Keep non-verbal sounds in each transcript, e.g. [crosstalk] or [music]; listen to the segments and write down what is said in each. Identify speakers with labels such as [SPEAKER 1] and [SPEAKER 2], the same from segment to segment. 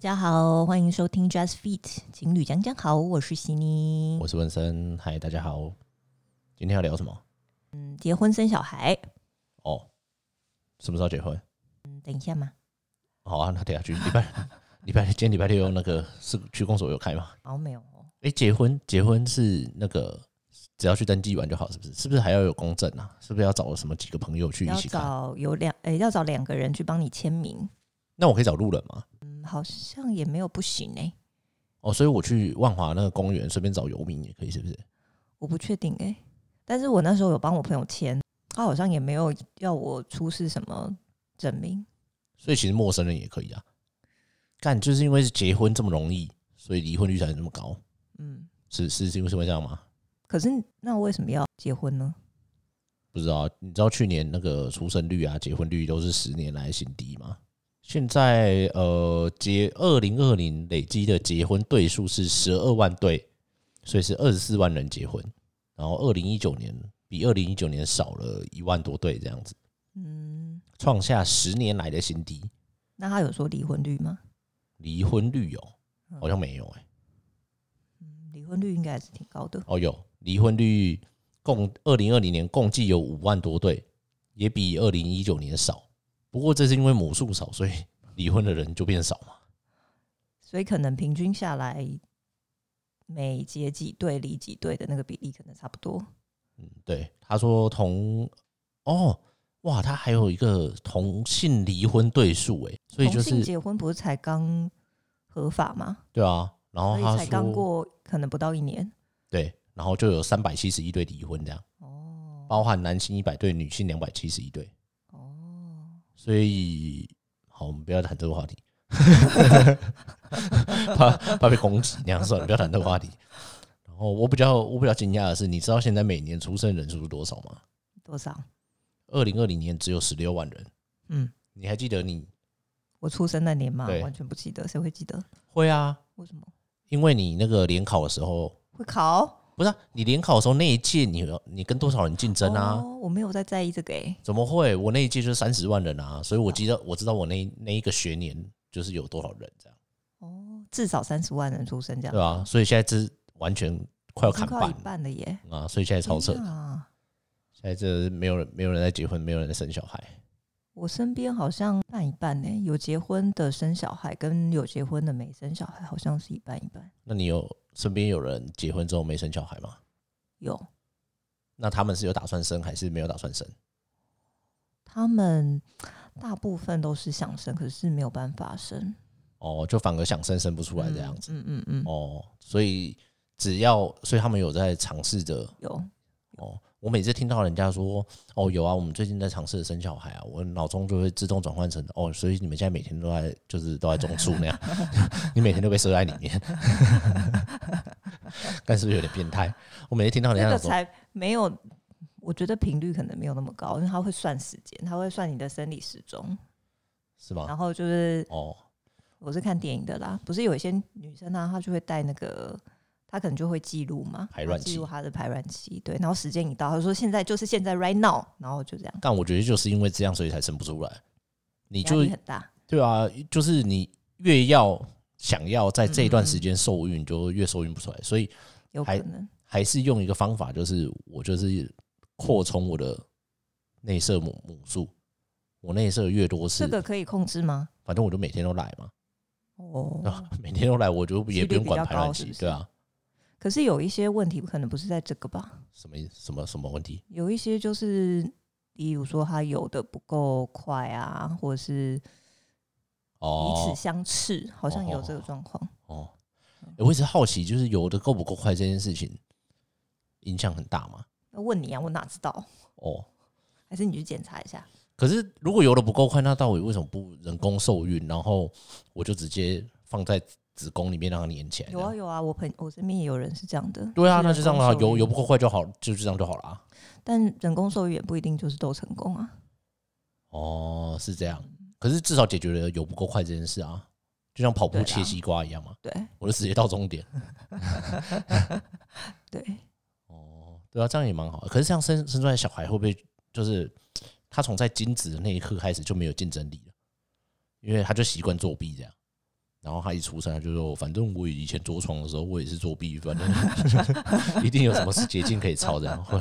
[SPEAKER 1] 家好，欢迎收听 Jazz Feet 情侣讲讲好，我是悉尼
[SPEAKER 2] 我。是文森，嗨，大家好。今天要聊什么？
[SPEAKER 1] 嗯，结婚生小孩，
[SPEAKER 2] 哦，什么时候结婚？
[SPEAKER 1] 嗯，等一下嘛。
[SPEAKER 2] 好啊，那等下去礼拜礼拜今天礼拜六那个是区公所有开吗？
[SPEAKER 1] 好，没有哦。
[SPEAKER 2] 诶，结婚结婚是那个只要去登记完就好，是不是？是不是还要有公证啊？是不是要找什么几个朋友去一
[SPEAKER 1] 要
[SPEAKER 2] 起看？
[SPEAKER 1] 找有两，诶，要找两个人去帮你签名。
[SPEAKER 2] 那我可以找路人吗？
[SPEAKER 1] 嗯，好像也没有不行欸诶，
[SPEAKER 2] 哦，所以我去万华那个公园随便找游民也可以，是不是？
[SPEAKER 1] 我不确定诶。欸但是我那时候有帮我朋友签，他好像也没有要我出示什么证明。
[SPEAKER 2] 所以其实陌生人也可以啊。干，就是因为是结婚这么容易，所以离婚率才这么高，
[SPEAKER 1] 嗯，
[SPEAKER 2] 是是是因为什么这样吗？
[SPEAKER 1] 可是那为什么要结婚呢？
[SPEAKER 2] 不知道，你知道去年那个出生率啊、结婚率都是十年来新低吗？现在呃，结二零二零累积的结婚对数是十二万对，所以是二十四万人结婚。然后二零一九年比二零一九年少了一万多对，这样子
[SPEAKER 1] 嗯，
[SPEAKER 2] 创下十年来的新低。
[SPEAKER 1] 那他有说离婚率吗？
[SPEAKER 2] 离婚率哦，好像没有哎、
[SPEAKER 1] 嗯，离婚率应该还是挺高的。
[SPEAKER 2] 哦有离婚率共二零二零年共计有五万多对，也比二零一九年少。不过这是因为母数少，所以离婚的人就变少嘛。
[SPEAKER 1] 所以可能平均下来，每结几对离几对的那个比例可能差不多。
[SPEAKER 2] 嗯，对，他说同哦哇，他还有一个同性离婚对数诶，所以就
[SPEAKER 1] 同性
[SPEAKER 2] 是
[SPEAKER 1] 结婚不是才刚合法吗？
[SPEAKER 2] 对啊，然后
[SPEAKER 1] 所以
[SPEAKER 2] 他
[SPEAKER 1] 才刚
[SPEAKER 2] 说
[SPEAKER 1] 过可能不到一年。
[SPEAKER 2] 对，然后就有三百七十一对离婚这样，
[SPEAKER 1] 哦
[SPEAKER 2] 包含男性一百对，女性两百七十一对，
[SPEAKER 1] 哦，
[SPEAKER 2] 所以好，我们不要谈这个话题， [laughs] 怕怕被攻击那样算了，不要谈这个话题。然后我比较我比较惊讶的是，你知道现在每年出生人数是多少吗？
[SPEAKER 1] 多少？
[SPEAKER 2] 二零二零年只有十六万人，
[SPEAKER 1] 嗯，
[SPEAKER 2] 你还记得你
[SPEAKER 1] 我出生那年嘛，
[SPEAKER 2] 对
[SPEAKER 1] 完全不记得，谁会记得？
[SPEAKER 2] 会啊？
[SPEAKER 1] 为什么
[SPEAKER 2] 因为你那个联考的时候，
[SPEAKER 1] 会考？
[SPEAKER 2] 不是啊、你联考的时候那一届你有你跟多少人竞争啊？
[SPEAKER 1] 哦，我没有在在意这个欸诶、
[SPEAKER 2] 怎么会？我那一届就三十万人啊，所以我记得我知道我那那一个学年就是有多少人这样，
[SPEAKER 1] 哦，至少三十万人出生这样，
[SPEAKER 2] 对啊，所以现在这完全快要
[SPEAKER 1] 已经
[SPEAKER 2] 砍
[SPEAKER 1] 快要
[SPEAKER 2] 半
[SPEAKER 1] 一
[SPEAKER 2] 了
[SPEAKER 1] 半了耶，
[SPEAKER 2] 啊，所以现在超扯
[SPEAKER 1] 天。啊！
[SPEAKER 2] 现在这没有人，没有人在结婚，没有人在生小孩。
[SPEAKER 1] 我身边好像一半一半呢、有结婚的生小孩，跟有结婚的没生小孩，好像是一半一半。
[SPEAKER 2] 那你有身边有人结婚之后没生小孩吗？
[SPEAKER 1] 有
[SPEAKER 2] 那他们是有打算生还是没有打算生？
[SPEAKER 1] 他们大部分都是想生，可是没有办法生，
[SPEAKER 2] 哦，就反而想生生不出来这样子。
[SPEAKER 1] 嗯嗯嗯，嗯
[SPEAKER 2] 哦，所以只要，所以他们有在尝试着。
[SPEAKER 1] 有
[SPEAKER 2] 哦，我每次听到人家说，哦，有啊，我们最近在尝试着生小孩啊，我脑中就会自动转换成，哦，所以你们现在每天都在就是都在种树那样， [laughs] 你每天都被射在里面， [laughs] 但是不是有点变态？我每次听到
[SPEAKER 1] 这
[SPEAKER 2] 人家
[SPEAKER 1] 个
[SPEAKER 2] 讲说，
[SPEAKER 1] 才没有。我觉得频率可能没有那么高，因为他会算时间，他会算你的生理时钟，
[SPEAKER 2] 是吗？
[SPEAKER 1] 然后就是
[SPEAKER 2] 哦，
[SPEAKER 1] 我是看电影的啦，不是有一些女生啊，她就会带那个，她可能就会记录嘛，
[SPEAKER 2] 排卵
[SPEAKER 1] 她
[SPEAKER 2] 期
[SPEAKER 1] 记录她的排卵期，对，然后时间一到，她说现在就是现在 right now，然后就这样，
[SPEAKER 2] 但我觉得就是因为这样，所以才生不出来。你
[SPEAKER 1] 压
[SPEAKER 2] 就
[SPEAKER 1] 力很大，
[SPEAKER 2] 对啊，就是你越要想要在这一
[SPEAKER 1] 嗯
[SPEAKER 2] 段时间受孕，你就越受孕不出来。所以
[SPEAKER 1] 有可
[SPEAKER 2] 还
[SPEAKER 1] 能
[SPEAKER 2] 还是用一个方法，就是我就是扩充我的内射母母数，我内射越多次
[SPEAKER 1] 这，个可以控制吗？
[SPEAKER 2] 反正我就每天都来嘛， [laughs] 对吧
[SPEAKER 1] 哦，
[SPEAKER 2] 每天都来，我就
[SPEAKER 1] 几
[SPEAKER 2] 也
[SPEAKER 1] 率
[SPEAKER 2] 不用
[SPEAKER 1] 比
[SPEAKER 2] 管
[SPEAKER 1] 较
[SPEAKER 2] 排卵
[SPEAKER 1] 高是
[SPEAKER 2] 期，
[SPEAKER 1] 不是
[SPEAKER 2] 对啊，
[SPEAKER 1] 可是有一些问题可能不是在这个吧，
[SPEAKER 2] 什么什么什么问题？
[SPEAKER 1] 有一些就是，例如说他有的不够快啊，或者是彼
[SPEAKER 2] 哦
[SPEAKER 1] 此相斥，好像有这个状况。
[SPEAKER 2] 哦，欸我一直好奇，就是游的够不够快这件事情，影响很大嘛？
[SPEAKER 1] 那问你啊，我哪知道？
[SPEAKER 2] 哦，
[SPEAKER 1] 还是你去检查一下？
[SPEAKER 2] 可是如果游的不够快，那到底为什么不人工受孕，然后我就直接放在子宫里面让它粘起来？
[SPEAKER 1] 有啊
[SPEAKER 2] 这样
[SPEAKER 1] 有啊，我朋我身边也有人是这样的。
[SPEAKER 2] 对啊，
[SPEAKER 1] 是
[SPEAKER 2] 那就
[SPEAKER 1] 人
[SPEAKER 2] 这样
[SPEAKER 1] 工
[SPEAKER 2] 啦，
[SPEAKER 1] 受
[SPEAKER 2] 游
[SPEAKER 1] 孕
[SPEAKER 2] 游不够快就好，就这样就好了啊。
[SPEAKER 1] 但人工受孕也不一定就是都成功啊。
[SPEAKER 2] 哦，是这样，可是至少解决了游不够快这件事啊，就像跑
[SPEAKER 1] 对
[SPEAKER 2] 步
[SPEAKER 1] 啦
[SPEAKER 2] 切西瓜一样嘛，
[SPEAKER 1] 对
[SPEAKER 2] 我就直接到终点。
[SPEAKER 1] 对，
[SPEAKER 2] 哦，对啊，这样也蛮好的。可是这样生生出来的小孩会不会就是他从在精子的那一刻开始就没有竞争力了？因为他就习惯作弊这样。然后他一出生，他就说：“反正我以前着床的时候，我也是作弊，反正 [laughs] 一定有什么捷径可以抄，这样会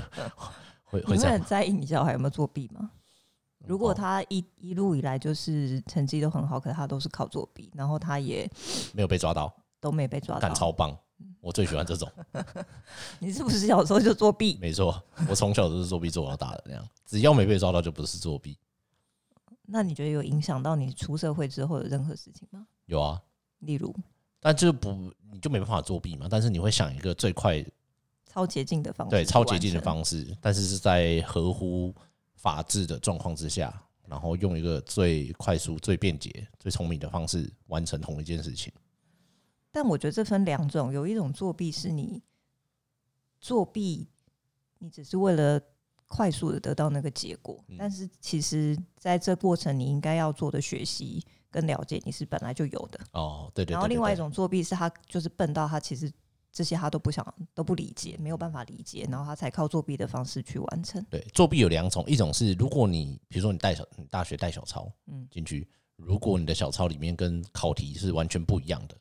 [SPEAKER 2] 会会
[SPEAKER 1] 你会
[SPEAKER 2] 这样
[SPEAKER 1] 很
[SPEAKER 2] 吗。哦
[SPEAKER 1] 在意你小孩有没有作弊吗？如果他一一路以来就是成绩都很好，可是他都是靠作弊，然后他也
[SPEAKER 2] 哦没有被抓到，
[SPEAKER 1] 都没被抓到
[SPEAKER 2] 干，超棒，我最喜欢这种。
[SPEAKER 1] 你是不是小时候就作弊？
[SPEAKER 2] 没错，我从小都是作弊做到大的那样，只要没被抓到就不是作弊。
[SPEAKER 1] 那你觉得有影响到你出社会之后的任何事情吗？
[SPEAKER 2] 有啊，
[SPEAKER 1] 例如
[SPEAKER 2] 但就不你就没办法作弊嘛。但是你会想一个最快
[SPEAKER 1] 超捷径的方式，
[SPEAKER 2] 对超捷径的，方式，但是是在合乎法治的状况之下，然后用一个最快速、最便捷、最聪明的方式完成同一件事情。
[SPEAKER 1] 但我觉得这分两种，有一种作弊是你作弊，你只是为了快速的得到那个结果，
[SPEAKER 2] 嗯
[SPEAKER 1] 但是其实在这过程你应该要做的学习跟了解你是本来就有的。
[SPEAKER 2] 哦，对对对对
[SPEAKER 1] 然后另外一
[SPEAKER 2] 对
[SPEAKER 1] 种作弊是他就是笨到他其实这些他都不想都不理解，没有办法理解，然后他才靠作弊的方式去完成。
[SPEAKER 2] 对，作弊有两种，一种是如果你比如说你带小你大学带小抄，
[SPEAKER 1] 嗯
[SPEAKER 2] 进去，如果你的小抄里面跟考题是完全不一样的，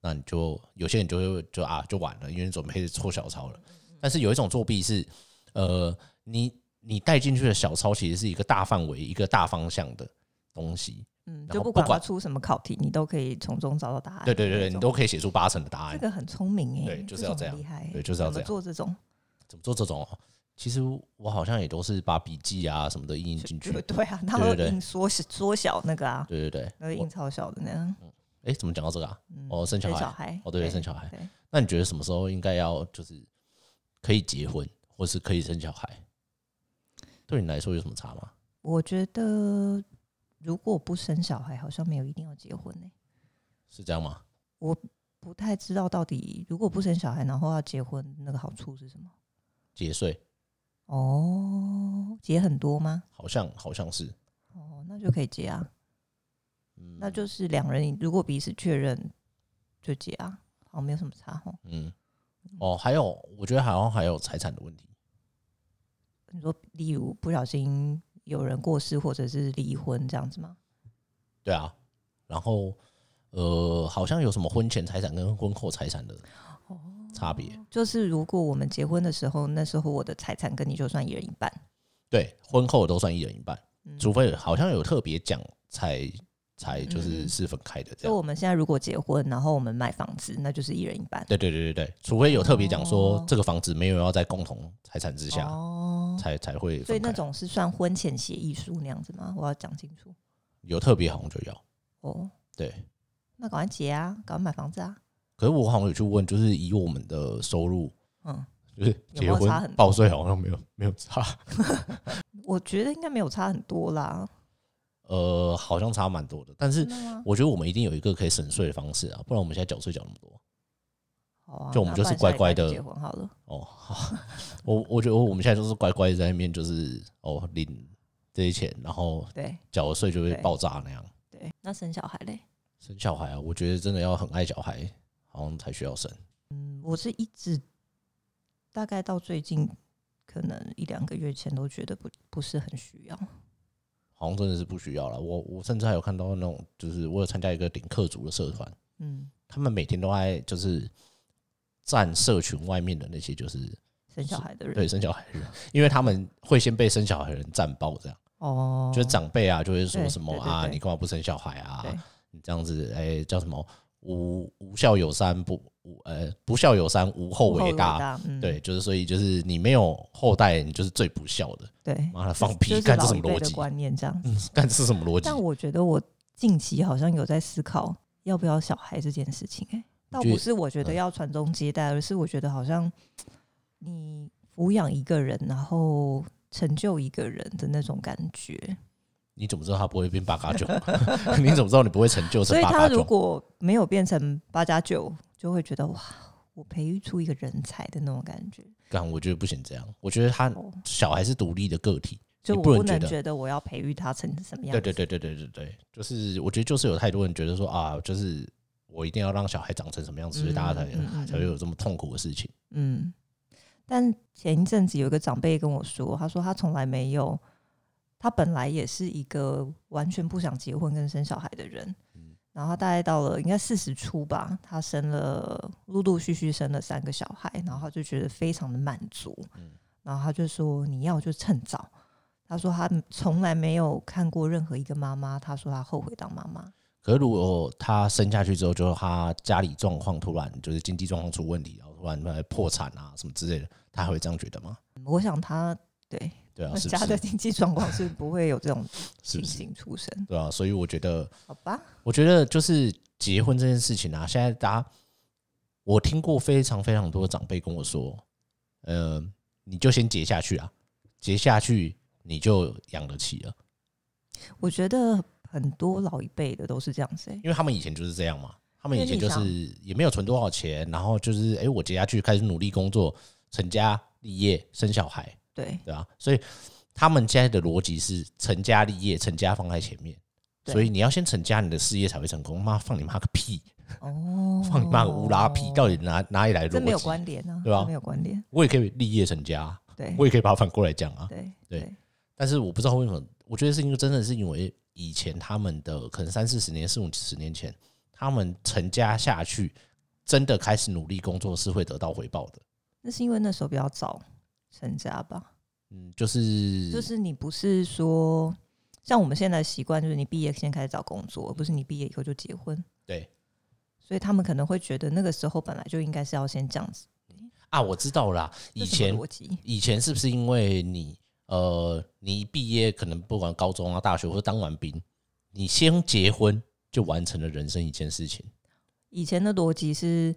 [SPEAKER 2] 那你就有些人就会就啊就晚了，因为你准备错小抄
[SPEAKER 1] 嗯
[SPEAKER 2] 了。但是有一种作弊是，呃，你你带进去的小抄其实是一个大范围、一个大方向的东西，
[SPEAKER 1] 嗯，
[SPEAKER 2] 然
[SPEAKER 1] 就
[SPEAKER 2] 后
[SPEAKER 1] 不
[SPEAKER 2] 不
[SPEAKER 1] 管他
[SPEAKER 2] 管
[SPEAKER 1] 出什么考题，你都可以从中找到答案。
[SPEAKER 2] 对对对对，你都可以写出八成的答
[SPEAKER 1] 这
[SPEAKER 2] 案。
[SPEAKER 1] 个很聪明哎、
[SPEAKER 2] 对就是要
[SPEAKER 1] 种
[SPEAKER 2] 这样
[SPEAKER 1] 很厉害欸、
[SPEAKER 2] 对就是要
[SPEAKER 1] 怎么
[SPEAKER 2] 这样
[SPEAKER 1] 做这种。
[SPEAKER 2] 怎么做这种哦？其实我好像也都是把笔记啊什么的印进去。
[SPEAKER 1] 对对啊，然后
[SPEAKER 2] 对对
[SPEAKER 1] 印缩小缩小那个啊，
[SPEAKER 2] 对对对，
[SPEAKER 1] 那个
[SPEAKER 2] 我
[SPEAKER 1] 印超小的那样。
[SPEAKER 2] 哎、怎么讲到这个啊？
[SPEAKER 1] 嗯
[SPEAKER 2] 哦生小孩
[SPEAKER 1] 小孩
[SPEAKER 2] 哦，对对，生小孩。
[SPEAKER 1] 对，
[SPEAKER 2] 那你觉得什么时候应该要就是可以结婚，或是可以生小孩？对你来说有什么差吗？
[SPEAKER 1] 我觉得如果不生小孩，好像没有一定要结婚呢、欸
[SPEAKER 2] 是这样吗？
[SPEAKER 1] 不太知道到底如果不生小孩，然后要结婚，那个好处是什么？
[SPEAKER 2] 节税
[SPEAKER 1] 哦，结很多吗？
[SPEAKER 2] 好像好像是，
[SPEAKER 1] 哦，那就可以结啊，
[SPEAKER 2] 嗯，
[SPEAKER 1] 那就是两人如果彼此确认就结啊，好，没有什么差哦。
[SPEAKER 2] 嗯哦，还有我觉得好像还有财产的问题，
[SPEAKER 1] 你说，例如不小心有人过世或者是离婚这样子吗？
[SPEAKER 2] 对啊，然后呃，好像有什么婚前财产跟婚后财产的差别，
[SPEAKER 1] 就是如果我们结婚的时候，那时候我的财产跟你就算一人一半，
[SPEAKER 2] 对，婚后都算一人一半，
[SPEAKER 1] 嗯
[SPEAKER 2] 除非好像有特别讲才才就
[SPEAKER 1] 嗯嗯
[SPEAKER 2] 是是分开的这
[SPEAKER 1] 就
[SPEAKER 2] 样，
[SPEAKER 1] 我们现在如果结婚，然后我们买房子，那就是一人一半。
[SPEAKER 2] 对对对对对，除非有特别讲说
[SPEAKER 1] 哦
[SPEAKER 2] 这个房子没有要在共同财产之下，
[SPEAKER 1] 哦，
[SPEAKER 2] 才才会分开。
[SPEAKER 1] 所以那种是算婚前协议书那样子吗？我要讲清楚
[SPEAKER 2] 有特别好像就要。
[SPEAKER 1] 哦。
[SPEAKER 2] 对，
[SPEAKER 1] 那赶快结啊，赶快买房子啊。
[SPEAKER 2] 可是我好像有去问，就是以我们的收入，
[SPEAKER 1] 嗯，
[SPEAKER 2] 就是
[SPEAKER 1] 有没
[SPEAKER 2] 结
[SPEAKER 1] 有差很
[SPEAKER 2] 婚
[SPEAKER 1] 多
[SPEAKER 2] 报税好像没有没有差，
[SPEAKER 1] 我觉得应该没有差很多啦，
[SPEAKER 2] 呃，好像差蛮多的。但是
[SPEAKER 1] 真的吗？
[SPEAKER 2] 我觉得我们一定有一个可以省税的方式啊，不然我们现在缴税缴那么多。
[SPEAKER 1] 好啊，
[SPEAKER 2] 就我们
[SPEAKER 1] 那
[SPEAKER 2] 就是
[SPEAKER 1] 不然下
[SPEAKER 2] 乖
[SPEAKER 1] 礼拜
[SPEAKER 2] 乖
[SPEAKER 1] 就
[SPEAKER 2] 地
[SPEAKER 1] 结婚好了。
[SPEAKER 2] 哦， [laughs] 好我我觉得我们现在就是乖乖在那边，就是哦领这些钱，然后
[SPEAKER 1] 对
[SPEAKER 2] 缴了税就会
[SPEAKER 1] 对
[SPEAKER 2] 爆炸那样。
[SPEAKER 1] 对，那生小孩嘞？
[SPEAKER 2] 生小孩啊，我觉得真的要很爱小孩，好像才需要生。
[SPEAKER 1] 嗯，我是一直大概到最近可能一两个月前都觉得不不是很需要。
[SPEAKER 2] 好像真的是不需要了。我我甚至还有看到那种，就是我有参加一个顶客族的社团，
[SPEAKER 1] 嗯，
[SPEAKER 2] 他们每天都在就是站社群外面的那些就是
[SPEAKER 1] 生小孩的人
[SPEAKER 2] 对生小孩的人，因为他们会先被生小孩的人站爆，这样、
[SPEAKER 1] 哦，
[SPEAKER 2] 就是长辈啊就会说
[SPEAKER 1] 对
[SPEAKER 2] 什么
[SPEAKER 1] 对对
[SPEAKER 2] 啊，
[SPEAKER 1] 对
[SPEAKER 2] 你干嘛不生小孩
[SPEAKER 1] 对
[SPEAKER 2] 啊？你这样子哎、叫什么无无孝有三不无呃不孝有三无后为大。，
[SPEAKER 1] 嗯
[SPEAKER 2] 对，就是所以就是你没有后代，你就是最不孝的。
[SPEAKER 1] 对，
[SPEAKER 2] 妈的，放
[SPEAKER 1] 就
[SPEAKER 2] 屁！
[SPEAKER 1] 是
[SPEAKER 2] 干这
[SPEAKER 1] 老
[SPEAKER 2] 什
[SPEAKER 1] 一
[SPEAKER 2] 么
[SPEAKER 1] 辈
[SPEAKER 2] 逻
[SPEAKER 1] 的
[SPEAKER 2] 辑？
[SPEAKER 1] 观念这样。
[SPEAKER 2] 嗯，干这什么逻辑
[SPEAKER 1] 但？我觉得我近期好像有在思考要不要小孩这件事情、哎，倒
[SPEAKER 2] 觉
[SPEAKER 1] 不
[SPEAKER 2] 得
[SPEAKER 1] 是我觉得
[SPEAKER 2] 嗯
[SPEAKER 1] 要传宗接代，而是我觉得好像你抚养一个人，然后成就一个人的那种感觉。
[SPEAKER 2] 你怎么知道他不会变八嘎囧？ [laughs] 你怎么知道你不会成就
[SPEAKER 1] 所
[SPEAKER 2] 成
[SPEAKER 1] 以
[SPEAKER 2] 八
[SPEAKER 1] 他
[SPEAKER 2] 嘎
[SPEAKER 1] 如
[SPEAKER 2] 囧？
[SPEAKER 1] 果没有变成八加九，就会觉得哇，我培育出一个人才的那种感觉。
[SPEAKER 2] 干，我觉得不行这样。我觉得他
[SPEAKER 1] 哦
[SPEAKER 2] 小孩是独立的个体。
[SPEAKER 1] 就
[SPEAKER 2] 你
[SPEAKER 1] 我
[SPEAKER 2] 嗯不能
[SPEAKER 1] 不能
[SPEAKER 2] 觉得
[SPEAKER 1] 觉得我要培育他成什么样子。
[SPEAKER 2] 对对对对对对对，就是我觉得就是有太多人觉得说啊，就是我一定要让小孩长成什么样子，所以大家才
[SPEAKER 1] 嗯嗯嗯嗯
[SPEAKER 2] 才会有这么痛苦的事情。
[SPEAKER 1] 嗯，但前一阵子有一个长辈跟我说，他说他从来没有，他本来也是一个完全不想结婚跟生小孩的人，然后大概到了应该四十出吧，她生了，陆陆续续生了三个小孩，然后她就觉得非常的满足，然后她就说你要就趁早。她说她从来没有看过任何一个妈妈，她说她后悔当妈妈。
[SPEAKER 2] 可是如果她生下去之后，就是她家里状况突然就是经济状况出问题，然后突然呃破产啊什么之类的，她还会这样觉得吗？
[SPEAKER 1] 嗯我想她对
[SPEAKER 2] 对啊，
[SPEAKER 1] 她
[SPEAKER 2] 是不
[SPEAKER 1] 家的
[SPEAKER 2] 是？
[SPEAKER 1] 经济状况是不会有这种情
[SPEAKER 2] 是不是？
[SPEAKER 1] 形出生，
[SPEAKER 2] 对啊，所以我觉得，
[SPEAKER 1] 好吧？
[SPEAKER 2] 我觉得就是结婚这件事情啊，现在大家我听过非常非常多的长辈跟我说，呃，你就先结下去啊，结下去你就养得起了，
[SPEAKER 1] 我觉得很多老一辈的都是这样子、欸，
[SPEAKER 2] 因为他们以前就是这样嘛，他们以前就
[SPEAKER 1] 因为
[SPEAKER 2] 是也没有存多少钱，然后就是哎、诶我结下去开始努力工作，成家立业，生小孩，
[SPEAKER 1] 对
[SPEAKER 2] 对吧、所以他们现在的逻辑是成家立业，成家放在前面。
[SPEAKER 1] 对
[SPEAKER 2] 所以你要先成家，你的事业才会成功。妈，放你妈个屁！
[SPEAKER 1] 哦，
[SPEAKER 2] 放你妈个乌拉皮，到底哪哪里来的
[SPEAKER 1] 这没有
[SPEAKER 2] 逻辑？
[SPEAKER 1] 关联啊，
[SPEAKER 2] 对吧
[SPEAKER 1] 这没有关联，
[SPEAKER 2] 我也可以立业成家，
[SPEAKER 1] 对，
[SPEAKER 2] 我也可以把它反过来讲啊。
[SPEAKER 1] 对
[SPEAKER 2] 对但是我不知道为什么，我觉得是因为真的是因为以前他们的可能三四十年、四五十年前，他们成家下去，真的开始努力工作是会得到回报的。
[SPEAKER 1] 那是因为那时候比较早成家吧，
[SPEAKER 2] 嗯，就是
[SPEAKER 1] 就是你不是说像我们现在的习惯，就是你毕业先开始找工作，而不是你毕业以后就结婚。
[SPEAKER 2] 对
[SPEAKER 1] 所以他们可能会觉得那个时候本来就应该是要先这样子。
[SPEAKER 2] 啊，我知道啦。
[SPEAKER 1] 这
[SPEAKER 2] 以
[SPEAKER 1] 是什么逻
[SPEAKER 2] 前
[SPEAKER 1] 辑，
[SPEAKER 2] 以前是不是因为你呃，你一毕业可能不管高中啊、大学或者当完兵，你先结婚就完成了人生一件事情。
[SPEAKER 1] 以前的逻辑是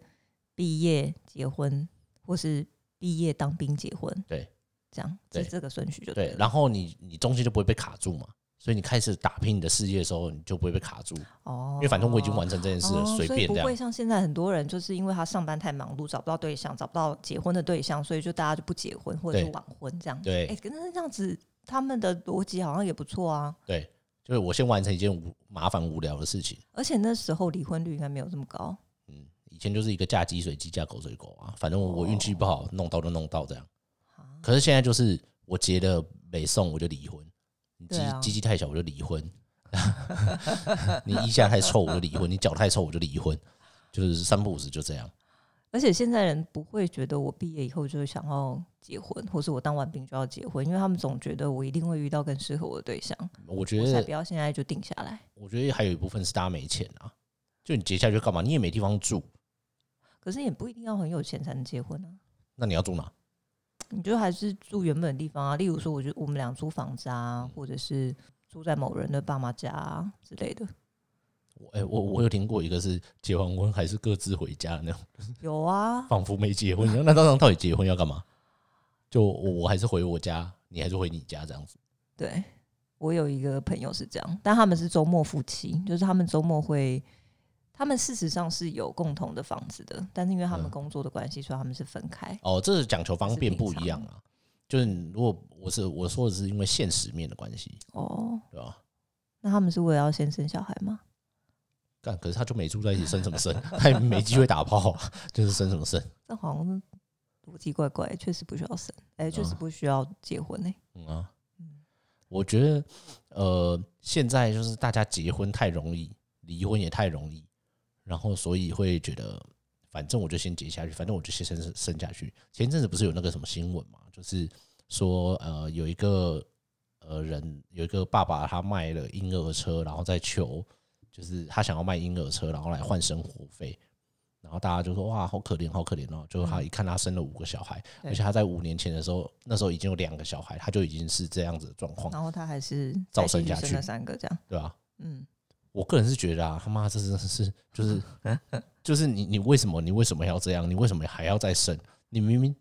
[SPEAKER 1] 毕业结婚，或是毕业当兵结婚，
[SPEAKER 2] 对，
[SPEAKER 1] 这样
[SPEAKER 2] 对
[SPEAKER 1] 是这个顺序就
[SPEAKER 2] 对，
[SPEAKER 1] 了。
[SPEAKER 2] 然后你你中间就不会被卡住嘛，所以你开始打拼你的事业的时候，你就不会被卡住，
[SPEAKER 1] 哦，
[SPEAKER 2] 因为反正我已经完成这件事了，
[SPEAKER 1] 哦
[SPEAKER 2] 随
[SPEAKER 1] 所以
[SPEAKER 2] 便
[SPEAKER 1] 不
[SPEAKER 2] 这
[SPEAKER 1] 会
[SPEAKER 2] 样。
[SPEAKER 1] 像现在很多人，就是因为他上班太忙碌，找不到对象，找不到结婚的对象，所以就大家就不结婚或者
[SPEAKER 2] 对
[SPEAKER 1] 是晚婚这样。
[SPEAKER 2] 对
[SPEAKER 1] 哎、可是这样子，他们的逻辑好像也不错啊。
[SPEAKER 2] 对，就是我先完成一件无麻烦无聊的事情。
[SPEAKER 1] 而且那时候离婚率应该没有这么高。
[SPEAKER 2] 嗯，以前就是一个嫁鸡随鸡，嫁狗随狗啊，反正我我运气不
[SPEAKER 1] 哦
[SPEAKER 2] 好，弄到就弄到这样。
[SPEAKER 1] 啊
[SPEAKER 2] 可是现在就是我结了没送我就离婚，你鸡
[SPEAKER 1] 对啊
[SPEAKER 2] 鸡鸡太小我就离婚， [laughs] 你腋下太臭我就离婚，你脚太臭我就离婚，就是三不五时就这样。
[SPEAKER 1] 而且现在人不会觉得我毕业以后就想要结婚，或是我当完兵就要结婚，因为他们总觉得我一定会遇到更适合我的对象，
[SPEAKER 2] 我觉
[SPEAKER 1] 我才
[SPEAKER 2] 得
[SPEAKER 1] 不要现在就定下来。
[SPEAKER 2] 我觉得还有一部分是大家没钱啊，就你结下去干嘛？你也没地方住，
[SPEAKER 1] 可是也不一定要很有钱才能结婚啊。
[SPEAKER 2] 那你要住哪？
[SPEAKER 1] 你就还是住原本的地方啊，例如说，我就我们俩租房子
[SPEAKER 2] 嗯
[SPEAKER 1] 啊，或者是住在某人的爸妈家、啊、之类的。
[SPEAKER 2] 我哎、我我有听过一个是结完婚还是各自回家那种，
[SPEAKER 1] 有啊，
[SPEAKER 2] 仿佛没结婚一样。那当然到底结婚要干嘛？就我我还是回我家，你还是回你家这样子。
[SPEAKER 1] 对我有一个朋友是这样，但他们是周末夫妻，就是他们周末会，他们事实上是有共同的房子的，但是因为他们
[SPEAKER 2] 嗯
[SPEAKER 1] 工作的关系，所以他们是分开。
[SPEAKER 2] 哦，这是讲求方便
[SPEAKER 1] 是平
[SPEAKER 2] 不
[SPEAKER 1] 常
[SPEAKER 2] 一样啊。就是你如果我是我说的是因为现实面的关系，
[SPEAKER 1] 哦，
[SPEAKER 2] 对吧？
[SPEAKER 1] 那他们是为了要先生小孩吗？
[SPEAKER 2] 但可是他就没住在一起，生什么 [laughs] 生？他也没机会打炮啊，就是生什么生？
[SPEAKER 1] 这好像是逻辑怪怪，确实不需要生，哎、确实不需要结婚欸呢、
[SPEAKER 2] 嗯啊
[SPEAKER 1] 嗯，
[SPEAKER 2] 我觉得呃，现在就是大家结婚太容易，离婚也太容易，然后所以会觉得，反正我就先结下去，反正我就先生生下去。前一阵子不是有那个什么新闻嘛，就是说呃，有一个呃人有一个爸爸他卖了婴儿车，然后再求就是他想要卖婴儿车，然后来换生活费。然后大家就说哇，好可怜，好可怜哦！就是他一看他生了五个小孩，
[SPEAKER 1] 对
[SPEAKER 2] 而且他在五年前的时候，那时候已经有两个小孩，他就已经是这样子的状况，
[SPEAKER 1] 然后他还是
[SPEAKER 2] 照
[SPEAKER 1] 再继
[SPEAKER 2] 生
[SPEAKER 1] 续
[SPEAKER 2] 下去
[SPEAKER 1] 了三个这样，
[SPEAKER 2] 对吧、
[SPEAKER 1] 嗯。
[SPEAKER 2] 我个人是觉得啊，他妈这真的是就是
[SPEAKER 1] 嗯
[SPEAKER 2] [laughs] 就是你你为什么你为什么要这样？你为什么还要再生？你明明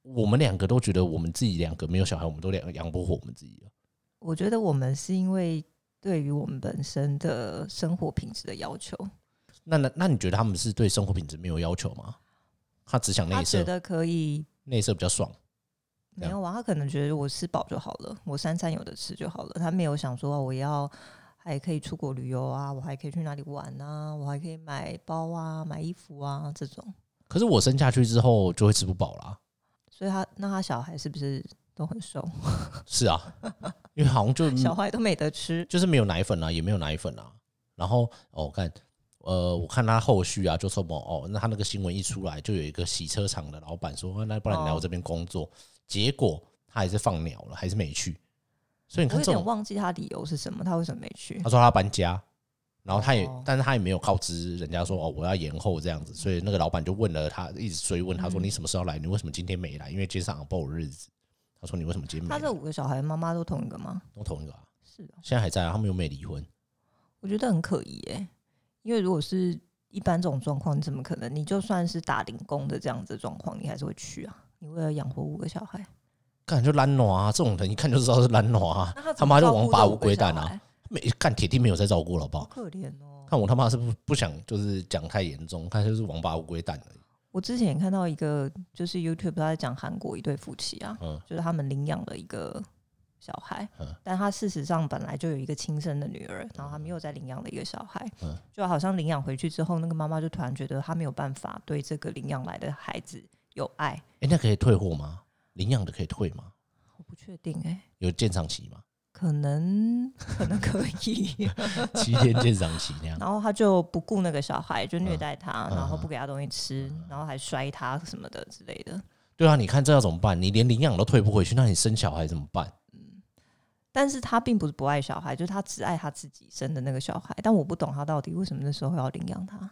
[SPEAKER 2] 我们两个都觉得我们自己两个没有小孩，我们都两养不活我们自己了。
[SPEAKER 1] 我觉得我们是因为对于我们本身的生活品质的要求，
[SPEAKER 2] 那那那你觉得他们是对生活品质没有要求吗？他只想
[SPEAKER 1] 他
[SPEAKER 2] 内
[SPEAKER 1] 觉
[SPEAKER 2] 射，
[SPEAKER 1] 得可以
[SPEAKER 2] 内射比较爽。这
[SPEAKER 1] 没
[SPEAKER 2] 样
[SPEAKER 1] 有啊，他可能觉得我吃饱就好了，我三餐有的吃就好了，他没有想说我要还可以出国旅游啊，我还可以去哪里玩啊，我还可以买包啊、买衣服啊这种，
[SPEAKER 2] 可是我生下去之后就会吃不饱啦。
[SPEAKER 1] 所以他那他小孩是不是都很瘦，
[SPEAKER 2] 是啊，因为好像就
[SPEAKER 1] 小孩都没得吃？
[SPEAKER 2] 就是没有奶粉啊，也没有奶粉啊。然后哦，我看呃，我看他后续啊，就说某哦，那他那个新闻一出来，就有一个洗车场的老板说，哦那不然你来我这边工作，结果他还是放鸟了，还是没去。所以你
[SPEAKER 1] 我
[SPEAKER 2] 看
[SPEAKER 1] 有
[SPEAKER 2] 这
[SPEAKER 1] 点
[SPEAKER 2] 种，
[SPEAKER 1] 忘记他理由是什么，他为什么没去
[SPEAKER 2] 他？说他搬家，然后他也，
[SPEAKER 1] 哦
[SPEAKER 2] 但是他也没有告知人家说哦，我要延后这样子，所以那个老板就问了他，一直追问他说你什么时候来？你为什么今天没来？因为今天上好不好日子。他说你为什么今天没
[SPEAKER 1] 他
[SPEAKER 2] 来
[SPEAKER 1] 这？五个小孩妈妈都同一个吗？
[SPEAKER 2] 我同一个啊，
[SPEAKER 1] 是哦，
[SPEAKER 2] 现在还在啊，他们又没离婚。
[SPEAKER 1] 我觉得很可疑耶、因为如果是一般这种状况，你怎么可能？你就算是打零工的这样子的状况，你还是会去啊？你为了养活五个小孩，
[SPEAKER 2] 干就懒惰啊，这种人一看就知道是懒惰啊
[SPEAKER 1] 那他，
[SPEAKER 2] 他
[SPEAKER 1] 怎么
[SPEAKER 2] 妈就
[SPEAKER 1] 照顾
[SPEAKER 2] 王
[SPEAKER 1] 这
[SPEAKER 2] 八
[SPEAKER 1] 五
[SPEAKER 2] 乌
[SPEAKER 1] 个
[SPEAKER 2] 龟
[SPEAKER 1] 小
[SPEAKER 2] 蛋啊，
[SPEAKER 1] 孩，
[SPEAKER 2] 没干铁定没有在照顾啊了，好不
[SPEAKER 1] 好
[SPEAKER 2] 好？
[SPEAKER 1] 可怜哦。
[SPEAKER 2] 看我他妈是不不想就是讲太严重，看就是王八乌龟蛋而已。
[SPEAKER 1] 我之前也看到一个，就是 YouTube 他在讲韩国一对夫妻啊，
[SPEAKER 2] 嗯
[SPEAKER 1] 就是他们领养了一个小孩，
[SPEAKER 2] 嗯
[SPEAKER 1] 但他事实上本来就有一个亲生的女儿，然后他们又再领养了一个小孩，
[SPEAKER 2] 嗯
[SPEAKER 1] 就好像领养回去之后，那个妈妈就突然觉得她没有办法对这个领养来的孩子有爱，
[SPEAKER 2] 哎、那可以退货吗？领养的可以退吗？
[SPEAKER 1] 我不确定哎、
[SPEAKER 2] 有鉴赏期吗？
[SPEAKER 1] 可能可能可
[SPEAKER 2] [laughs]
[SPEAKER 1] 以，
[SPEAKER 2] 七天鉴赏期那样。
[SPEAKER 1] 然后他就不顾那个小孩，就虐待他，
[SPEAKER 2] 嗯
[SPEAKER 1] 然后不给他东西吃，然后还摔他什么的之类的。
[SPEAKER 2] 对啊，你看这要怎么办？你连领养都退不回去，那你生小孩怎么办？
[SPEAKER 1] 但是他并不是不爱小孩，就是他只爱他自己生的那个小孩。但我不懂他到底为什么那时候要领养他，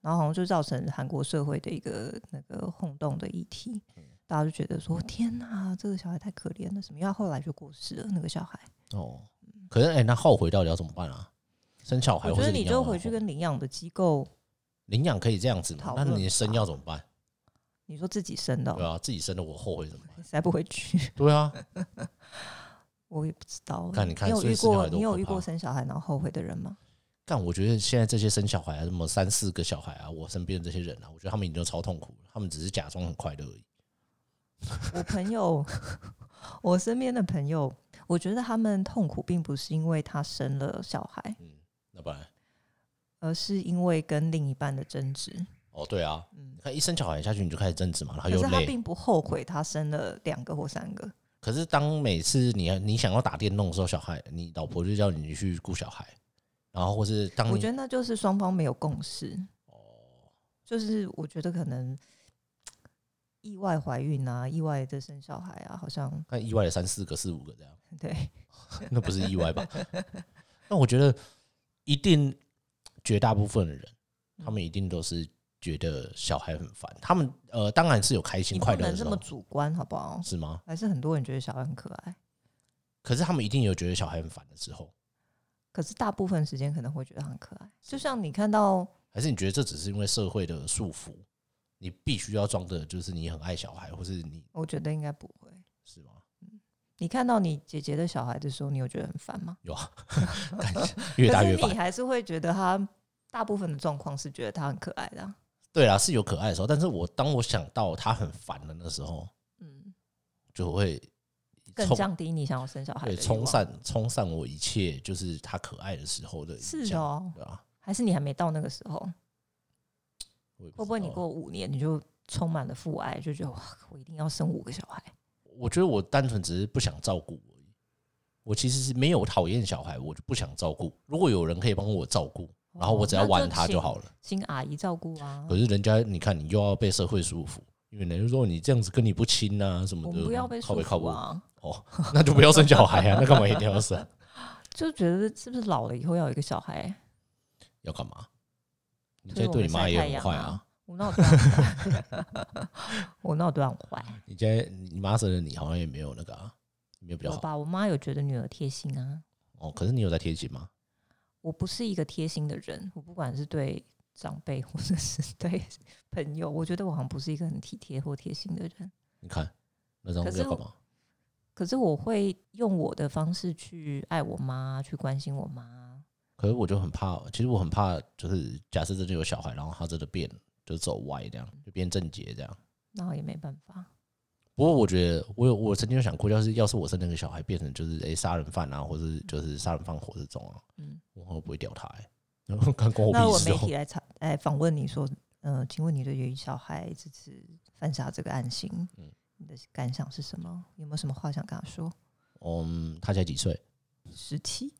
[SPEAKER 1] 然后好像就造成韩国社会的一个那个轰动的议题，
[SPEAKER 2] 嗯
[SPEAKER 1] 大家就觉得说天哪，这个小孩太可怜了，什么？因为他后来就过世了，那个小孩。
[SPEAKER 2] 哦，可是哎、那后悔到底要怎么办啊？生小孩
[SPEAKER 1] 我
[SPEAKER 2] 或
[SPEAKER 1] 觉得
[SPEAKER 2] 是领
[SPEAKER 1] 你
[SPEAKER 2] 养
[SPEAKER 1] 就
[SPEAKER 2] 啊？
[SPEAKER 1] 回去跟领养的机构，
[SPEAKER 2] 领养可以这样子嘛？
[SPEAKER 1] 讨
[SPEAKER 2] 那
[SPEAKER 1] 论
[SPEAKER 2] 你生
[SPEAKER 1] 吧
[SPEAKER 2] 要怎么办？
[SPEAKER 1] 你说自己生的哦、
[SPEAKER 2] 对啊，自己生的我后悔怎么办？
[SPEAKER 1] 你塞不回去， [laughs]
[SPEAKER 2] 对啊，
[SPEAKER 1] 我也不知道。
[SPEAKER 2] 看你看
[SPEAKER 1] 有
[SPEAKER 2] 所以
[SPEAKER 1] 遇
[SPEAKER 2] 生小
[SPEAKER 1] 过
[SPEAKER 2] 孩多
[SPEAKER 1] 你有
[SPEAKER 2] 可
[SPEAKER 1] 遇
[SPEAKER 2] 怕
[SPEAKER 1] 过生小孩然后后悔的人吗？
[SPEAKER 2] 但我觉得现在这些生小孩啊，什么三四个小孩啊，我身边的这些人啊，我觉得他们已经超痛苦了，他们只是假装很快乐而已。
[SPEAKER 1] 我朋友， [laughs] 我身边的朋友，我觉得他们痛苦并不是因为他生了小孩，
[SPEAKER 2] 嗯，那不然
[SPEAKER 1] 而是因为跟另一半的争执。
[SPEAKER 2] 哦，对啊，
[SPEAKER 1] 嗯
[SPEAKER 2] 你，看一生小孩下去你就开始争执嘛，然后
[SPEAKER 1] 可
[SPEAKER 2] 啊又
[SPEAKER 1] 是他
[SPEAKER 2] 累。
[SPEAKER 1] 并不后悔他生了两个或三个。
[SPEAKER 2] 可是当每次你你想要打电动的时候，小孩你老婆就叫你去顾小孩，然后或是当
[SPEAKER 1] 我
[SPEAKER 2] 你哦
[SPEAKER 1] 觉得那就是双方没有共识。就是我觉得可能意外怀孕啊，意外的生小孩啊，好像
[SPEAKER 2] 看意外的三四个、四五个
[SPEAKER 1] [laughs]
[SPEAKER 2] 这样，
[SPEAKER 1] 对，
[SPEAKER 2] 那不是意外吧？ [laughs] 那我觉得一定绝大部分的人，
[SPEAKER 1] 嗯
[SPEAKER 2] 他们一定都是觉得小孩很烦，他们呃当然是有开心
[SPEAKER 1] 你
[SPEAKER 2] 快
[SPEAKER 1] 不
[SPEAKER 2] 乐
[SPEAKER 1] 能
[SPEAKER 2] 的时
[SPEAKER 1] 这
[SPEAKER 2] 候
[SPEAKER 1] 么，主观，好不好？
[SPEAKER 2] 是吗？
[SPEAKER 1] 还是很多人觉得小孩很可爱，
[SPEAKER 2] 可是他们一定有觉得小孩很烦的时候，
[SPEAKER 1] 可是大部分时间可能会觉得他很可爱。就像你看到
[SPEAKER 2] 还是你觉得这只是因为社会的束缚，你必须要装的就是你很爱小孩，或是你
[SPEAKER 1] 我觉得应该不会。
[SPEAKER 2] 是吗？
[SPEAKER 1] 你看到你姐姐的小孩的时候，你有觉得很烦吗？
[SPEAKER 2] 有啊， [laughs]
[SPEAKER 1] [laughs]
[SPEAKER 2] 感觉越大越
[SPEAKER 1] 可是你
[SPEAKER 2] 烦。
[SPEAKER 1] 还是会觉得他大部分的状况是觉得他很可爱的啊、
[SPEAKER 2] 对啦，是有可爱的时候，但是我当我想到他很烦的那时候，
[SPEAKER 1] 嗯，
[SPEAKER 2] 就会
[SPEAKER 1] 更
[SPEAKER 2] 冲
[SPEAKER 1] 降低你想要生小孩的
[SPEAKER 2] 对
[SPEAKER 1] 欲望
[SPEAKER 2] 冲散冲散我一切，就是他可爱的时候的影
[SPEAKER 1] 是
[SPEAKER 2] 响，
[SPEAKER 1] 哦，
[SPEAKER 2] 对啊，
[SPEAKER 1] 还是你还没到那个时候？
[SPEAKER 2] 我也知
[SPEAKER 1] 会不会你
[SPEAKER 2] 道
[SPEAKER 1] 过五年你就充满了父爱，就觉得哇，我一定要生五个小孩？
[SPEAKER 2] 我觉得我单纯只是不想照顾而已。我其实是没有讨厌小孩，我就不想照顾。如果有人可以帮我照顾，
[SPEAKER 1] 哦
[SPEAKER 2] 然后我只要玩他就好了。
[SPEAKER 1] 请阿姨照顾啊
[SPEAKER 2] 可！是人家，你看你又要被社会束缚，因为人家说你这样子跟你不亲啊什么
[SPEAKER 1] 我
[SPEAKER 2] 的，
[SPEAKER 1] 们不要被束
[SPEAKER 2] 靠北靠
[SPEAKER 1] 缚
[SPEAKER 2] 北
[SPEAKER 1] 啊！
[SPEAKER 2] 哦，那就不要生小孩啊，那干嘛一定要生？
[SPEAKER 1] 就觉得是不是老了以后要有一个小孩？
[SPEAKER 2] 要干嘛？你
[SPEAKER 1] 推
[SPEAKER 2] 现在
[SPEAKER 1] 我
[SPEAKER 2] 对
[SPEAKER 1] 们
[SPEAKER 2] 你妈
[SPEAKER 1] 晒
[SPEAKER 2] 也
[SPEAKER 1] 太
[SPEAKER 2] 很
[SPEAKER 1] 阳
[SPEAKER 2] 坏
[SPEAKER 1] 啊
[SPEAKER 2] 啊！
[SPEAKER 1] 我那我对她很坏 [laughs] 我那我对她很坏。
[SPEAKER 2] 你现在你妈生了你，好像也没有那个啊，没有比较
[SPEAKER 1] 我
[SPEAKER 2] 好
[SPEAKER 1] 吧，我妈有觉得女儿贴心啊。
[SPEAKER 2] 哦。可是你有在贴心吗？
[SPEAKER 1] 我不是一个贴心的人，我不管是对长辈或者是 [laughs] 对朋友，我觉得我好像不是一个很体贴或贴心的人。
[SPEAKER 2] 你看那张
[SPEAKER 1] 可
[SPEAKER 2] 在
[SPEAKER 1] 是
[SPEAKER 2] 干嘛？
[SPEAKER 1] 可是我会用我的方式去爱我妈，去关心我妈。
[SPEAKER 2] 可是我就很怕，其实我很怕，就是假设真的有小孩，然后他真的变就走歪这样，就变正结这样。
[SPEAKER 1] 那也没办法，
[SPEAKER 2] 不过我觉得，我有我曾经有想过，要是要是我生那个小孩变成就是诶杀、人犯啊，或是就是杀人放火这种啊，
[SPEAKER 1] 嗯。
[SPEAKER 2] 我可能不会屌他、欸， [laughs] 然后干关我
[SPEAKER 1] 那如
[SPEAKER 2] 屁
[SPEAKER 1] 果
[SPEAKER 2] 事
[SPEAKER 1] 媒
[SPEAKER 2] 哦、
[SPEAKER 1] 体来查来访问你说，呃，请问你对于小孩这次犯下这个案情，
[SPEAKER 2] 嗯
[SPEAKER 1] 你的感想是什么？有没有什么话想跟他说？
[SPEAKER 2] 嗯，他才几岁？
[SPEAKER 1] 十七，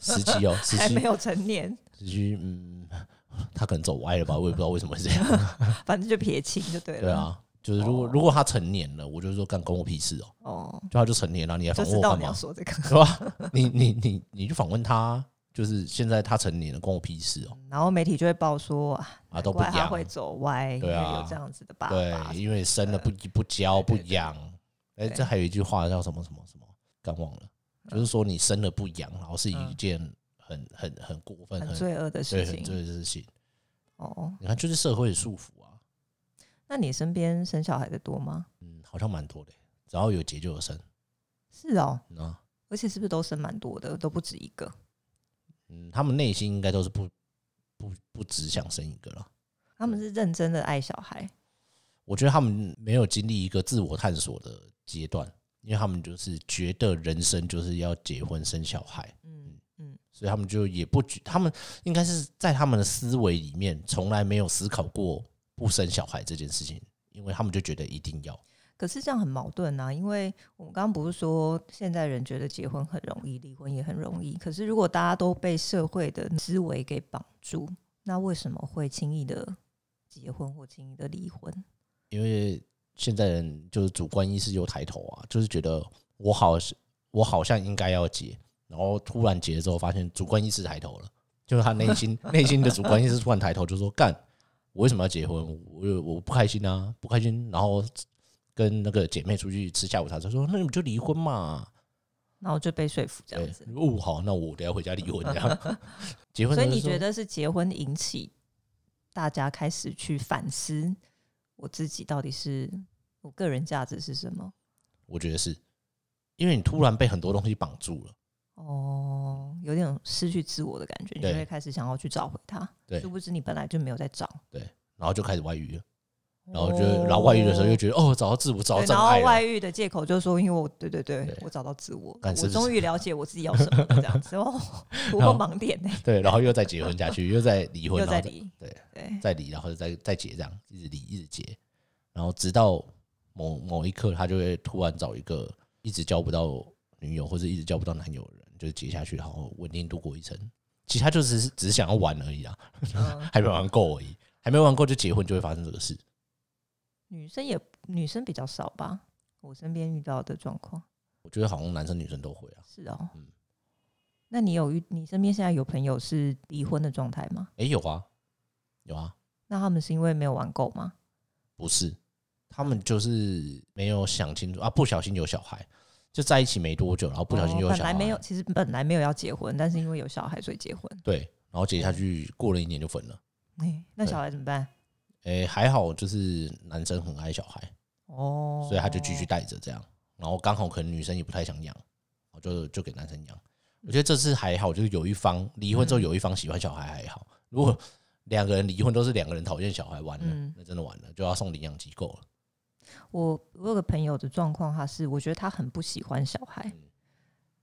[SPEAKER 2] 十七哦，
[SPEAKER 1] [laughs]
[SPEAKER 2] 十
[SPEAKER 1] 还没
[SPEAKER 2] 七，
[SPEAKER 1] 有成年，
[SPEAKER 2] 十七，嗯，他可能走歪了吧，我也不知道为什么
[SPEAKER 1] [laughs]
[SPEAKER 2] 会这样。
[SPEAKER 1] 反正就撇清就对了。
[SPEAKER 2] 对，啊，就是如果、如果他成年了，我就说干关我屁事哦、
[SPEAKER 1] 哦，
[SPEAKER 2] 就他就成年了，你还
[SPEAKER 1] 就
[SPEAKER 2] 访
[SPEAKER 1] 知
[SPEAKER 2] 问我
[SPEAKER 1] 道
[SPEAKER 2] 干
[SPEAKER 1] 你要
[SPEAKER 2] [laughs] 嘛？
[SPEAKER 1] 说这个。
[SPEAKER 2] 对吧？ [laughs] 你你你你去访问他啊，就是现在他成年了，关我屁事哦、
[SPEAKER 1] 然后媒体就会报说，啊
[SPEAKER 2] 啊都不
[SPEAKER 1] 怪他
[SPEAKER 2] 养，
[SPEAKER 1] 会走歪，
[SPEAKER 2] 对啊
[SPEAKER 1] 因为有这样子的爸爸
[SPEAKER 2] 对，。因为生了不不教不
[SPEAKER 1] 对对对
[SPEAKER 2] 养，哎、
[SPEAKER 1] 对
[SPEAKER 2] 这还有一句话叫什么什么什么，刚忘了，就是说你生了不养，然后是一
[SPEAKER 1] 嗯
[SPEAKER 2] 件很很很过分、
[SPEAKER 1] 很
[SPEAKER 2] 很
[SPEAKER 1] 罪恶的
[SPEAKER 2] 对
[SPEAKER 1] 事
[SPEAKER 2] 很
[SPEAKER 1] 情
[SPEAKER 2] 罪的事情。
[SPEAKER 1] 哦，
[SPEAKER 2] 你看，就是社会的束缚啊，
[SPEAKER 1] 那你身边生小孩的多吗？
[SPEAKER 2] 嗯，好像蛮多的，只要有结就有生，
[SPEAKER 1] 是哦，
[SPEAKER 2] 嗯啊，
[SPEAKER 1] 而且是不是都生蛮多的，都不止一个？
[SPEAKER 2] 嗯，他们内心应该都是不不不只想生一个了。
[SPEAKER 1] 他们是认真的爱小孩，
[SPEAKER 2] 我觉得他们没有经历一个自我探索的阶段，因为他们就是觉得人生就是要结婚生小孩，
[SPEAKER 1] 嗯嗯，
[SPEAKER 2] 所以他们就也不觉，他们应该是在他们的思维里面从来没有思考过不生小孩这件事情，因为他们就觉得一定要，
[SPEAKER 1] 可是这样很矛盾啊，因为我们刚刚不是说现在人觉得结婚很容易，离婚也很容易，可是如果大家都被社会的思维给绑住，那为什么会轻易的结婚或轻易的离婚？
[SPEAKER 2] 因为现在人就是主观意识又抬头啊，就是觉得我好像我好像应该要结，然后突然结了之后发现主观意识抬头了，就是他内心 [laughs] 内心的主观意识突然抬头，就说干，我为什么要结婚？我我我不开心啊，不开心，然后跟那个姐妹出去吃下午茶，她说那你们就离婚嘛，
[SPEAKER 1] 然后就被说服这
[SPEAKER 2] 对
[SPEAKER 1] 样子，。
[SPEAKER 2] 哦，好，那我等下回家离婚
[SPEAKER 1] [laughs]
[SPEAKER 2] 这样。结婚
[SPEAKER 1] 所
[SPEAKER 2] 的时候，
[SPEAKER 1] 以你觉得是结婚引起大家开始去反思我自己到底是我个人价值是什么？
[SPEAKER 2] 我觉得是，因为你突然被很多东西绑住了。
[SPEAKER 1] 哦，有点失去自我的感觉，你就
[SPEAKER 2] 对
[SPEAKER 1] 会开始想要去找回它。
[SPEAKER 2] 对
[SPEAKER 1] 殊不知你本来就没有在找，
[SPEAKER 2] 然后就开始外遇了，然后就、然后外遇的时候又觉得哦，找到自我，找到
[SPEAKER 1] 对，
[SPEAKER 2] 真
[SPEAKER 1] 然
[SPEAKER 2] 爱
[SPEAKER 1] 后外
[SPEAKER 2] 了，
[SPEAKER 1] 遇的借口就是说，因为我对对对，
[SPEAKER 2] 对
[SPEAKER 1] 我找到自我，
[SPEAKER 2] 干是
[SPEAKER 1] 我
[SPEAKER 2] 不是
[SPEAKER 1] 终于了解我自己要什么了这样子
[SPEAKER 2] [laughs]
[SPEAKER 1] 哦，突破盲点呢、
[SPEAKER 2] 对，然后又再结婚下去，又再离婚，
[SPEAKER 1] [laughs] 又
[SPEAKER 2] 然
[SPEAKER 1] 在
[SPEAKER 2] 后再
[SPEAKER 1] 理，
[SPEAKER 2] 对
[SPEAKER 1] 对，
[SPEAKER 2] 再离，然后再再结，这样一直离一直结，然后直到某某一刻，他就会突然找一个一直交不到女友或者一直交不到男友的人，就结下去，然后稳定度过一生。其实他就只是只是想要玩而已啊啦，
[SPEAKER 1] 嗯，
[SPEAKER 2] 还没玩够而已，还没玩够就结婚就会发生这个事。
[SPEAKER 1] 女生也女生比较少吧，我身边遇到的状况
[SPEAKER 2] 我觉得好像男生女生都会啊。
[SPEAKER 1] 是哦。
[SPEAKER 2] 嗯
[SPEAKER 1] 那你有遇你身边现在有朋友是离婚的状态吗？
[SPEAKER 2] 诶，有啊，有啊，
[SPEAKER 1] 那他们是因为没有玩够吗？
[SPEAKER 2] 不是，他们就是没有想清楚啊，不小心有小孩，就在一起没多久，然后不小心
[SPEAKER 1] 哦
[SPEAKER 2] 就有
[SPEAKER 1] 本
[SPEAKER 2] 小孩，
[SPEAKER 1] 来没有，其实本来没有要结婚，但是因为有小孩所以结婚。
[SPEAKER 2] 对，然后接下去过了一年就分了。
[SPEAKER 1] 哎、那
[SPEAKER 2] 对
[SPEAKER 1] 小孩怎么办？
[SPEAKER 2] 诶，还好就是男生很爱小孩，
[SPEAKER 1] 哦，
[SPEAKER 2] 所以他就继续带着这样，然后刚好可能女生也不太想养，我就就给男生养。我觉得这次还好，就是有一方离婚之后有一方喜欢小孩还好，如果两个人离婚都是两个人讨厌小孩，完了、
[SPEAKER 1] 嗯
[SPEAKER 2] 那真的完了，就要送领养机构了。
[SPEAKER 1] 我我有个朋友的状况，他是我觉得他很不喜欢小孩，
[SPEAKER 2] 嗯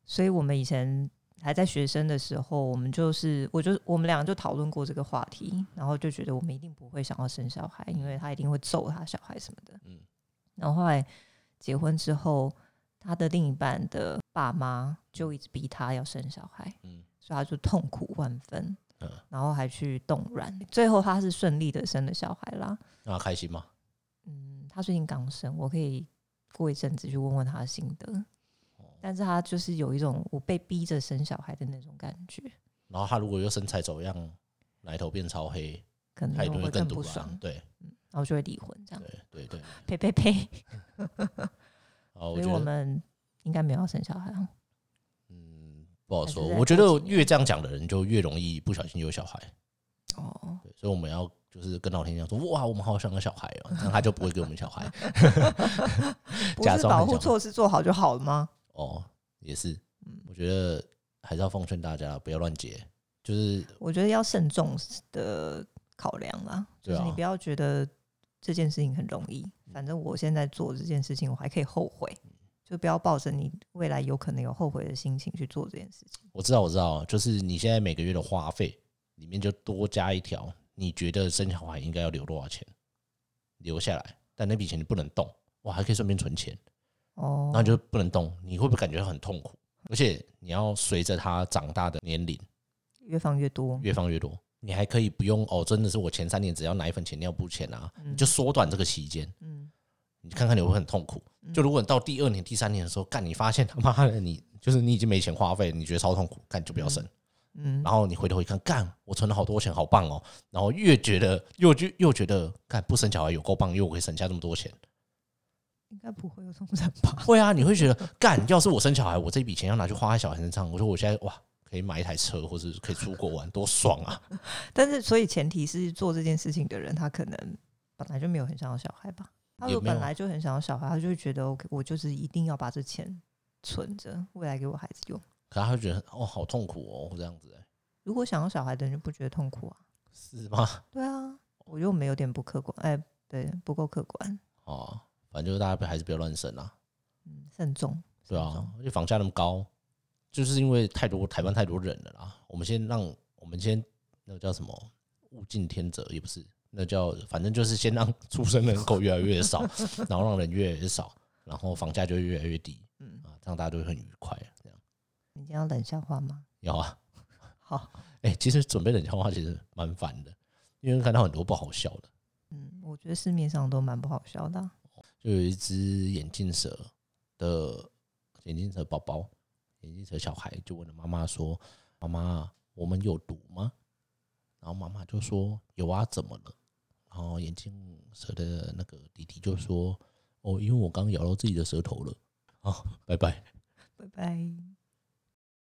[SPEAKER 1] 所以我们以前还在学生的时候，我们就是我就我们俩就讨论过这个话题，然后就觉得我们一定不会想要生小孩，因为他一定会揍他小孩什么的。
[SPEAKER 2] 嗯
[SPEAKER 1] 然后后来结婚之后，他的另一半的爸妈就一直逼他要生小孩，
[SPEAKER 2] 嗯
[SPEAKER 1] 所以他就痛苦万分，
[SPEAKER 2] 嗯，
[SPEAKER 1] 然后还去冻卵，最后他是顺利的生了小孩啦。
[SPEAKER 2] 那他开心吗？
[SPEAKER 1] 嗯，他最近刚生，我可以过一阵子去问问他的心得。
[SPEAKER 2] 哦
[SPEAKER 1] 但是他就是有一种我被逼着生小孩的那种感觉，
[SPEAKER 2] 然后他如果又身材走样，奶头变超黑，
[SPEAKER 1] 可
[SPEAKER 2] 他
[SPEAKER 1] 能
[SPEAKER 2] 一
[SPEAKER 1] 又
[SPEAKER 2] 定
[SPEAKER 1] 会
[SPEAKER 2] 会更
[SPEAKER 1] 不
[SPEAKER 2] 堵
[SPEAKER 1] 爽
[SPEAKER 2] 然。，对
[SPEAKER 1] 然后就会离婚这样。
[SPEAKER 2] 对对对。
[SPEAKER 1] 呸呸呸！
[SPEAKER 2] 然
[SPEAKER 1] 所
[SPEAKER 2] 后我
[SPEAKER 1] 以
[SPEAKER 2] 觉
[SPEAKER 1] 我
[SPEAKER 2] 得，
[SPEAKER 1] 们应该没有要生小孩哦。
[SPEAKER 2] 嗯，不好
[SPEAKER 1] 还是
[SPEAKER 2] 说。
[SPEAKER 1] 再
[SPEAKER 2] 我觉
[SPEAKER 1] 过啊
[SPEAKER 2] 得
[SPEAKER 1] 几年
[SPEAKER 2] 越这样讲的人，就越容易不小心有小孩。
[SPEAKER 1] 哦，
[SPEAKER 2] 对，所以我们要就是跟老天讲说，哇，我们好想要小孩哦、那他就不会给我们小孩
[SPEAKER 1] 不
[SPEAKER 2] 假
[SPEAKER 1] 是
[SPEAKER 2] 装
[SPEAKER 1] 保
[SPEAKER 2] 很小
[SPEAKER 1] 护
[SPEAKER 2] 孩
[SPEAKER 1] 措施做好就好了吗？
[SPEAKER 2] 哦。也是
[SPEAKER 1] 嗯，
[SPEAKER 2] 我觉得还是要奉劝大家不要乱结，就是
[SPEAKER 1] 我觉得要慎重的考量啦，就
[SPEAKER 2] 对
[SPEAKER 1] 是你
[SPEAKER 2] 啊嗯
[SPEAKER 1] 不要觉得这件事情很容易，反正我现在做这件事情，我还可以后悔，就不要抱着你未来有可能有后悔的心情去做这件事情。
[SPEAKER 2] 我知道我知道，就是你现在每个月的花费里面就多加一条，你觉得生小孩应该要留多少钱，留下来，但那笔钱你不能动，哇，还可以顺便存钱。
[SPEAKER 1] 哦，
[SPEAKER 2] 然后你就不能动，你会不会感觉很痛苦？而且你要随着他长大的年龄
[SPEAKER 1] 越放越多，
[SPEAKER 2] 越放越多，你还可以不用哦，真的是我前三年只要奶粉钱、尿布钱啊，你就缩短这个期间，
[SPEAKER 1] 嗯，
[SPEAKER 2] 你看看你会不会很痛苦。就如果你到第二年、第三年的时候，干你发现他妈的你就是你已经没钱花费，你觉得超痛苦，干你就不要生。
[SPEAKER 1] 嗯，
[SPEAKER 2] 然后你回头一看，干，我存了好多钱，好棒哦。然后越觉得又就又觉得，干不生小孩有够棒，因为我可以省下这么多钱。
[SPEAKER 1] 应该不会有这种人吧？
[SPEAKER 2] 会啊，你会觉得，干，要是我生小孩，我这笔钱要拿去花在小孩身上，我说我现在哇，可以买一台车，或者可以出国玩，多爽啊！
[SPEAKER 1] 但是，所以前提是做这件事情的人，他可能本来就没有很想要小孩吧？他如
[SPEAKER 2] 也
[SPEAKER 1] 果
[SPEAKER 2] 没有
[SPEAKER 1] 本来就很想要小孩，他就会觉得 OK，我就是一定要把这钱存着，未来给我孩子用。
[SPEAKER 2] 可他会觉得，哦，好痛苦哦，这样子、欸
[SPEAKER 1] 如果想要小孩的人就不觉得痛苦啊？
[SPEAKER 2] 是吗？
[SPEAKER 1] 对啊，我又没有点不客观，哎、对，不够客观，
[SPEAKER 2] [laughs] 哦，反正就是大家还是不要乱生啊，
[SPEAKER 1] 嗯，慎重，
[SPEAKER 2] 对
[SPEAKER 1] 慎
[SPEAKER 2] 啊
[SPEAKER 1] 重，
[SPEAKER 2] 而且房价那么高，就是因为太多台湾太多人了啦。我们先让我们先那个叫什么物竞天择，也不是，那叫反正就是先让出生人口越来越少，然后让人越来越少，然后房价就越来越低
[SPEAKER 1] 嗯，
[SPEAKER 2] 啊，这样大家就会很愉快。这样
[SPEAKER 1] 你今天要冷笑话吗？
[SPEAKER 2] 要啊，
[SPEAKER 1] 好，
[SPEAKER 2] 哎、其实准备冷笑话其实蛮烦的，因为看到很多不好笑的。
[SPEAKER 1] 嗯，我觉得市面上都蛮不好笑的啊、
[SPEAKER 2] 就有一只眼镜蛇的眼镜蛇宝宝，眼镜蛇小孩就问了妈妈说：“妈妈，我们有毒吗？”然后妈妈就说：“有啊，怎么了？”然后眼镜蛇的那个弟弟哦就说：“哦，因为我刚咬到自己的舌头了。”好，拜拜。
[SPEAKER 1] 拜拜。